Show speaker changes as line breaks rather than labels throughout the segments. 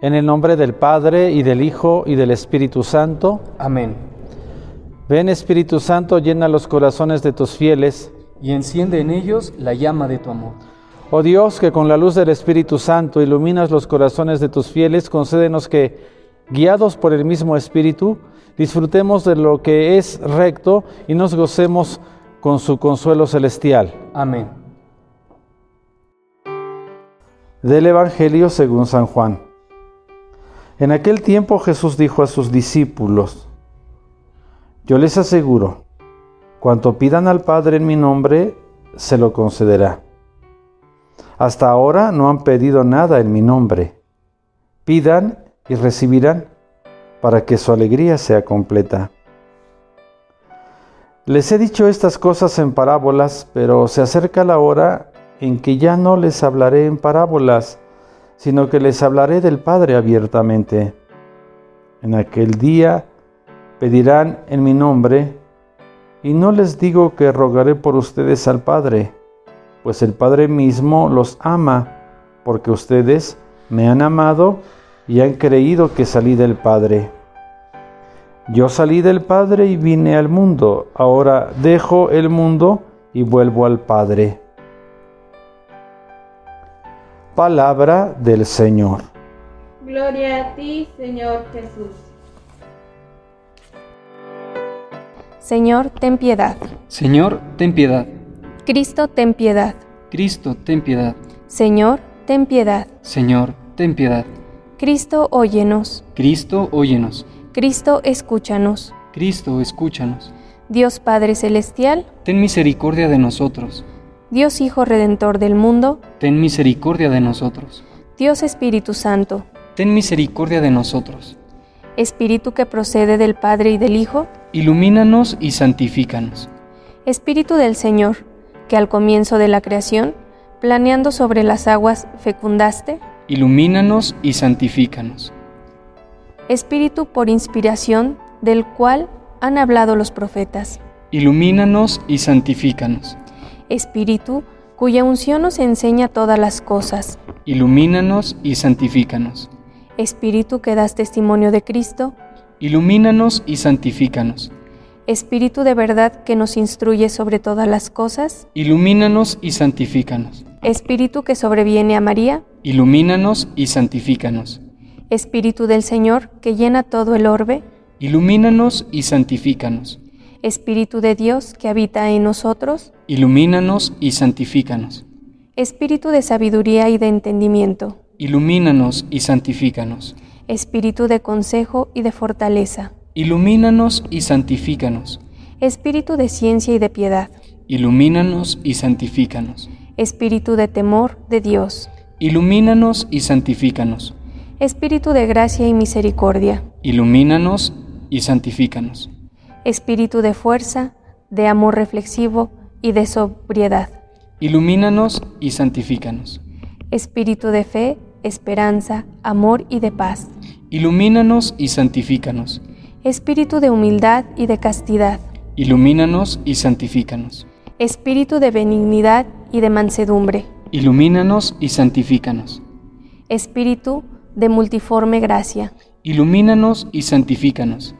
En el nombre del Padre y del Hijo y del Espíritu Santo.
Amén.
Ven Espíritu Santo, llena los corazones de tus fieles.
Y enciende en ellos la llama de tu amor.
Oh Dios, que con la luz del Espíritu Santo iluminas los corazones de tus fieles, concédenos que, guiados por el mismo Espíritu, disfrutemos de lo que es recto y nos gocemos con su consuelo celestial.
Amén.
Del Evangelio según San Juan. En aquel tiempo Jesús dijo a sus discípulos, Yo les aseguro, cuanto pidan al Padre en mi nombre, se lo concederá. Hasta ahora no han pedido nada en mi nombre. Pidan y recibirán para que su alegría sea completa. Les he dicho estas cosas en parábolas, pero se acerca la hora en que ya no les hablaré en parábolas, sino que les hablaré del Padre abiertamente. En aquel día pedirán en mi nombre, y no les digo que rogaré por ustedes al Padre, pues el Padre mismo los ama, porque ustedes me han amado y han creído que salí del Padre. Yo salí del Padre y vine al mundo, ahora dejo el mundo y vuelvo al Padre. Palabra del Señor.
Gloria a ti, Señor Jesús.
Señor, ten piedad.
Señor, ten piedad.
Cristo, ten piedad.
Cristo, ten piedad.
Señor, ten piedad.
Señor, ten piedad.
Cristo, óyenos.
Cristo, óyenos.
Cristo, escúchanos.
Cristo, escúchanos.
Dios Padre Celestial,
Ten misericordia de nosotros.
Dios Hijo Redentor del mundo,
Ten misericordia de nosotros.
Dios Espíritu Santo,
Ten misericordia de nosotros.
Espíritu que procede del Padre y del Hijo,
Ilumínanos y santifícanos.
Espíritu del Señor, que al comienzo de la creación, planeando sobre las aguas, fecundaste,
Ilumínanos y santifícanos.
Espíritu por inspiración del cual han hablado los profetas,
Ilumínanos y santifícanos.
Espíritu cuya unción nos enseña todas las cosas,
Ilumínanos y santifícanos.
Espíritu que das testimonio de Cristo,
Ilumínanos y santifícanos.
Espíritu de verdad que nos instruye sobre todas las cosas,
Ilumínanos y santifícanos.
Espíritu que sobreviene a María,
Ilumínanos y santifícanos.
Espíritu del Señor que llena todo el orbe,
Ilumínanos y santifícanos.
Espíritu de Dios que habita en nosotros,
Ilumínanos y santifícanos.
Espíritu de sabiduría y de entendimiento,
Ilumínanos y santifícanos.
Espíritu de consejo y de fortaleza,
Ilumínanos y santifícanos.
Espíritu de ciencia y de piedad,
Ilumínanos y santifícanos.
Espíritu de temor de Dios,
Ilumínanos y santifícanos.
Espíritu de gracia y misericordia,
Ilumínanos y santifícanos.
Espíritu de fuerza, de amor reflexivo y de sobriedad,
Ilumínanos y santifícanos.
Espíritu de fe, esperanza, amor y de paz,
Ilumínanos y santifícanos.
Espíritu de humildad y de castidad,
Ilumínanos y santifícanos.
Espíritu de benignidad y de mansedumbre,
Ilumínanos y santifícanos.
Espíritu de multiforme gracia,
Ilumínanos y santifícanos.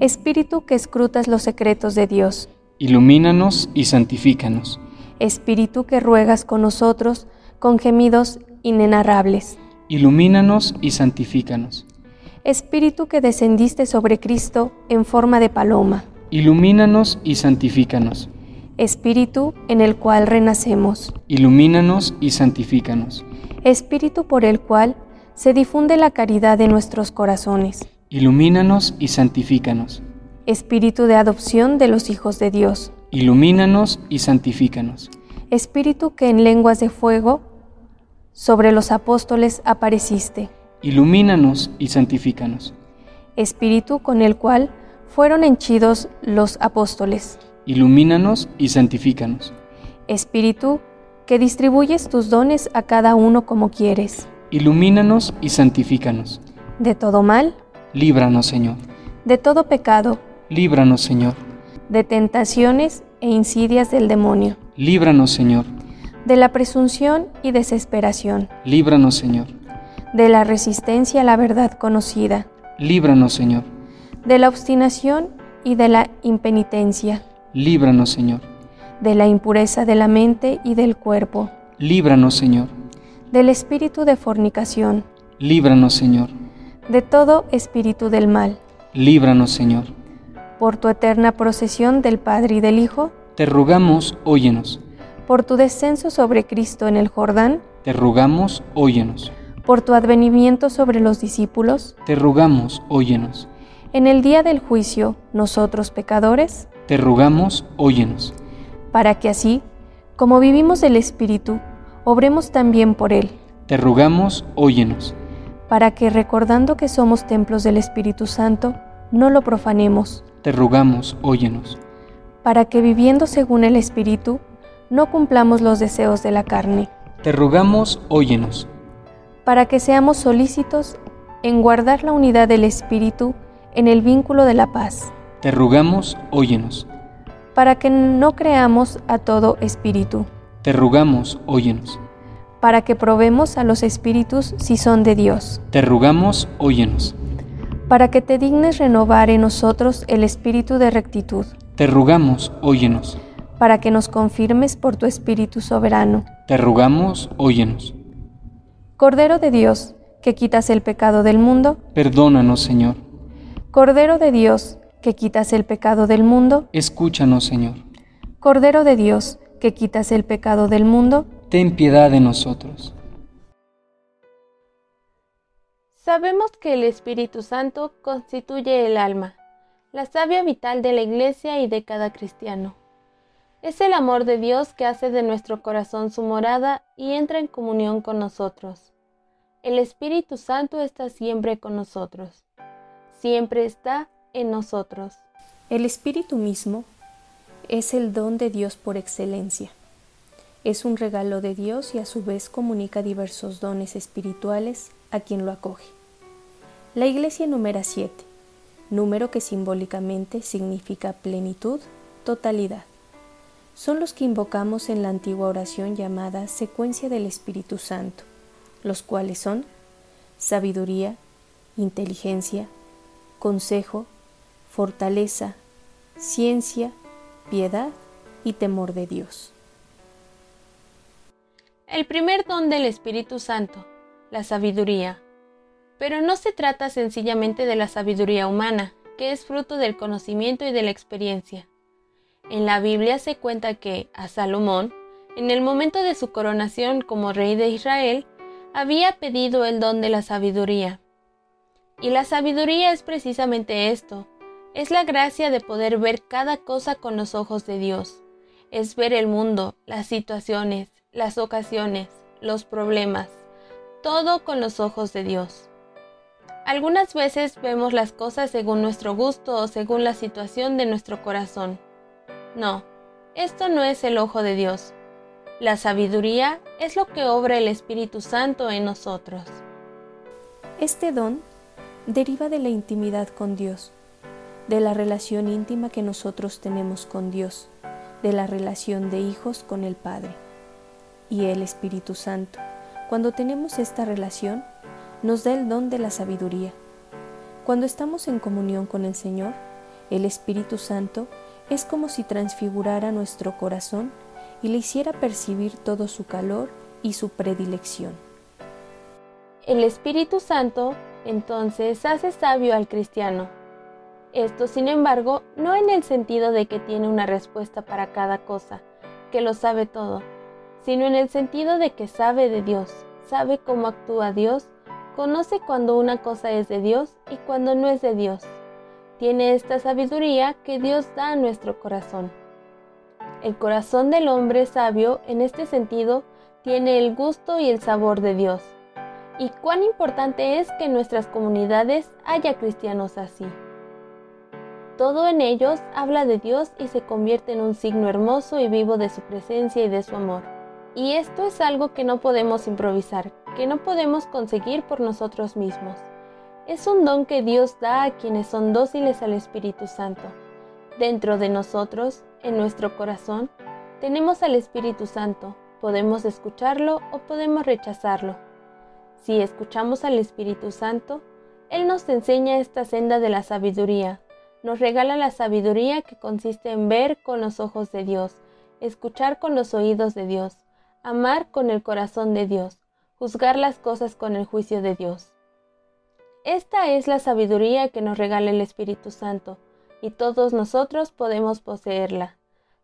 Espíritu que escrutas los secretos de Dios,
Ilumínanos y santifícanos.
Espíritu que ruegas con nosotros con gemidos inenarrables,
Ilumínanos y santifícanos.
Espíritu que descendiste sobre Cristo en forma de paloma,
Ilumínanos y santifícanos.
Espíritu en el cual renacemos,
Ilumínanos y santifícanos.
Espíritu por el cual se difunde la caridad de nuestros corazones,
Ilumínanos y santifícanos.
Espíritu de adopción de los hijos de Dios,
Ilumínanos y santifícanos.
Espíritu que en lenguas de fuego sobre los apóstoles apareciste,
Ilumínanos y santifícanos.
Espíritu con el cual fueron henchidos los apóstoles,
Ilumínanos y santifícanos.
Espíritu que distribuyes tus dones a cada uno como quieres,
Ilumínanos y santifícanos.
de todo mal,
Líbranos, Señor.
de todo pecado,
Líbranos, Señor.
de tentaciones e insidias del demonio,
Líbranos, Señor.
de la presunción y desesperación,
Líbranos, Señor.
de la resistencia a la verdad conocida,
líbranos, Señor,
de la obstinación y de la impenitencia,
líbranos, Señor,
de la impureza de la mente y del cuerpo,
líbranos, Señor,
del espíritu de fornicación,
líbranos, Señor,
de todo espíritu del mal,
líbranos, Señor.
por tu eterna procesión del Padre y del Hijo,
Te rogamos, óyenos,
por tu descenso sobre Cristo en el Jordán,
te rogamos, óyenos,
por tu advenimiento sobre los discípulos,
te rogamos, óyenos,
en el día del juicio, nosotros pecadores,
te rogamos, óyenos,
para que así, como vivimos del Espíritu, obremos también por Él,
te rogamos, óyenos,
para que recordando que somos templos del Espíritu Santo, no lo profanemos,
te rogamos, óyenos,
para que viviendo según el Espíritu, no cumplamos los deseos de la carne,
te rogamos, óyenos,
para que seamos solícitos en guardar la unidad del Espíritu en el vínculo de la paz,
te rogamos, óyenos,
para que no creamos a todo espíritu,
te rogamos, óyenos,
para que probemos a los espíritus si son de Dios.
te rogamos, óyenos,
para que te dignes renovar en nosotros el espíritu de rectitud,
te rogamos, óyenos,
para que nos confirmes por tu espíritu soberano.
te rogamos, óyenos,
Cordero de Dios, que quitas el pecado del mundo,
perdónanos, Señor,
Cordero de Dios, que quitas el pecado del mundo,
escúchanos, Señor,
Cordero de Dios, que quitas el pecado del mundo,
ten piedad de nosotros,
Sabemos que el Espíritu Santo constituye el alma, la savia vital de la Iglesia y de cada cristiano. Es el amor de Dios que hace de nuestro corazón su morada y entra en comunión con nosotros. El Espíritu Santo está siempre con nosotros. Siempre está en nosotros.
El espíritu mismo es el don de Dios por excelencia. Es un regalo de Dios y a su vez comunica diversos dones espirituales a quien lo acoge. La iglesia enumera siete, número que simbólicamente significa plenitud, totalidad. Son los que invocamos en la antigua oración llamada secuencia del Espíritu Santo, los cuales son sabiduría, inteligencia, consejo, fortaleza, ciencia, piedad y temor de Dios.
El primer don del Espíritu Santo, la sabiduría. Pero no se trata sencillamente de la sabiduría humana, que es fruto del conocimiento y de la experiencia. En la Biblia se cuenta que a Salomón, en el momento de su coronación como rey de Israel, había pedido el don de la sabiduría. Y la sabiduría es precisamente esto, es la gracia de poder ver cada cosa con los ojos de Dios es ver el mundo, las situaciones, las ocasiones, los problemas, todo con los ojos de Dios. Algunas veces vemos las cosas según nuestro gusto o según la situación de nuestro corazón. No, esto no es el ojo de Dios. La sabiduría es lo que obra el Espíritu Santo en nosotros.
Este don deriva de la intimidad con Dios, de la relación íntima que nosotros tenemos con Dios, de la relación de hijos con el Padre y el Espíritu Santo. Cuando tenemos esta relación, nos da el don de la sabiduría. Cuando estamos en comunión con el Señor, el Espíritu Santo es como si transfigurara nuestro corazón y le hiciera percibir todo su calor y su predilección.
El Espíritu Santo entonces hace sabio al cristiano. Esto, sin embargo, no en el sentido de que tiene una respuesta para cada cosa, que lo sabe todo, sino en el sentido de que sabe de Dios, sabe cómo actúa Dios, conoce cuando una cosa es de Dios y cuando no es de Dios. Tiene esta sabiduría que Dios da a nuestro corazón. El corazón del hombre sabio, en este sentido, tiene el gusto y el sabor de Dios. Y cuán importante es que en nuestras comunidades haya cristianos así. Todo en ellos habla de Dios y se convierte en un signo hermoso y vivo de su presencia y de su amor. Y esto es algo que no podemos improvisar, que no podemos conseguir por nosotros mismos. Es un don que Dios da a quienes son dóciles al Espíritu Santo. Dentro de nosotros, en nuestro corazón, tenemos al Espíritu Santo. Podemos escucharlo o podemos rechazarlo. Si escuchamos al Espíritu Santo, Él nos enseña esta senda de la sabiduría, nos regala la sabiduría que consiste en ver con los ojos de Dios, escuchar con los oídos de Dios, amar con el corazón de Dios, juzgar las cosas con el juicio de Dios. Esta es la sabiduría que nos regala el Espíritu Santo, y todos nosotros podemos poseerla.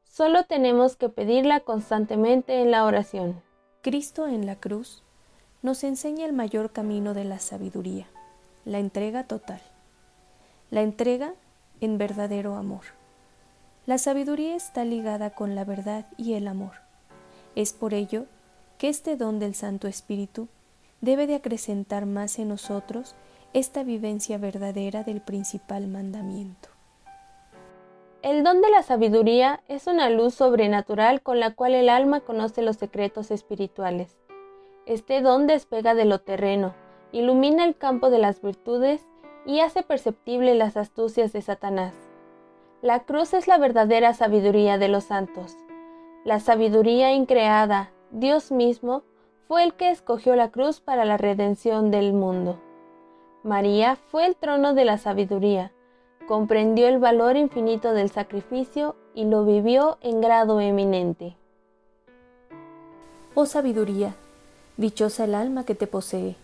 Solo tenemos que pedirla constantemente en la oración.
Cristo en la cruz nos enseña el mayor camino de la sabiduría, la entrega total, la entrega en verdadero amor. La sabiduría está ligada con la verdad y el amor. Es por ello que este don del Santo Espíritu debe de acrecentar más en nosotros esta vivencia verdadera del principal mandamiento.
El don de la sabiduría es una luz sobrenatural con la cual el alma conoce los secretos espirituales. Este don despega de lo terreno, ilumina el campo de las virtudes y hace perceptible las astucias de Satanás. La cruz es la verdadera sabiduría de los santos. La sabiduría increada, Dios mismo, fue el que escogió la cruz para la redención del mundo. María fue el trono de la sabiduría, comprendió el valor infinito del sacrificio y lo vivió en grado eminente.
Oh sabiduría, dichosa el alma que te posee.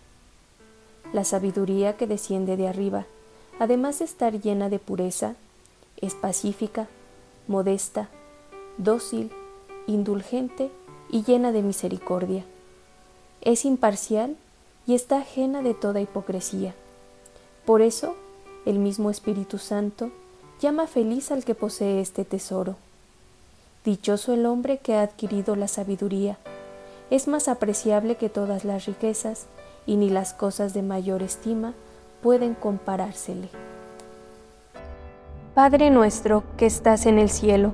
La sabiduría que desciende de arriba, además de estar llena de pureza, es pacífica, modesta, dócil, indulgente y llena de misericordia. Es imparcial y está ajena de toda hipocresía. Por eso, el mismo Espíritu Santo llama feliz al que posee este tesoro. Dichoso el hombre que ha adquirido la sabiduría, es más apreciable que todas las riquezas, y ni las cosas de mayor estima pueden comparársele. Padre nuestro que estás en el cielo,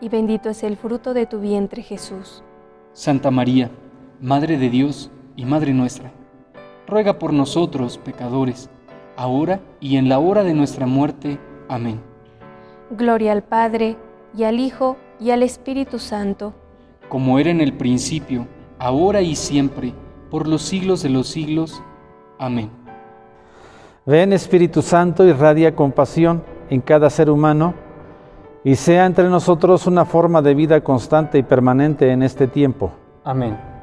y bendito es el fruto de tu vientre Jesús.
Santa María, Madre de Dios y Madre nuestra, ruega por nosotros pecadores, ahora y en la hora de nuestra muerte. Amén.
Gloria al Padre, y al Hijo, y al Espíritu Santo.
Como era en el principio, ahora y siempre, por los siglos de los siglos. Amén.
Ven Espíritu Santo, irradia compasión en cada ser humano, y sea entre nosotros una forma de vida constante y permanente en este tiempo.
Amén.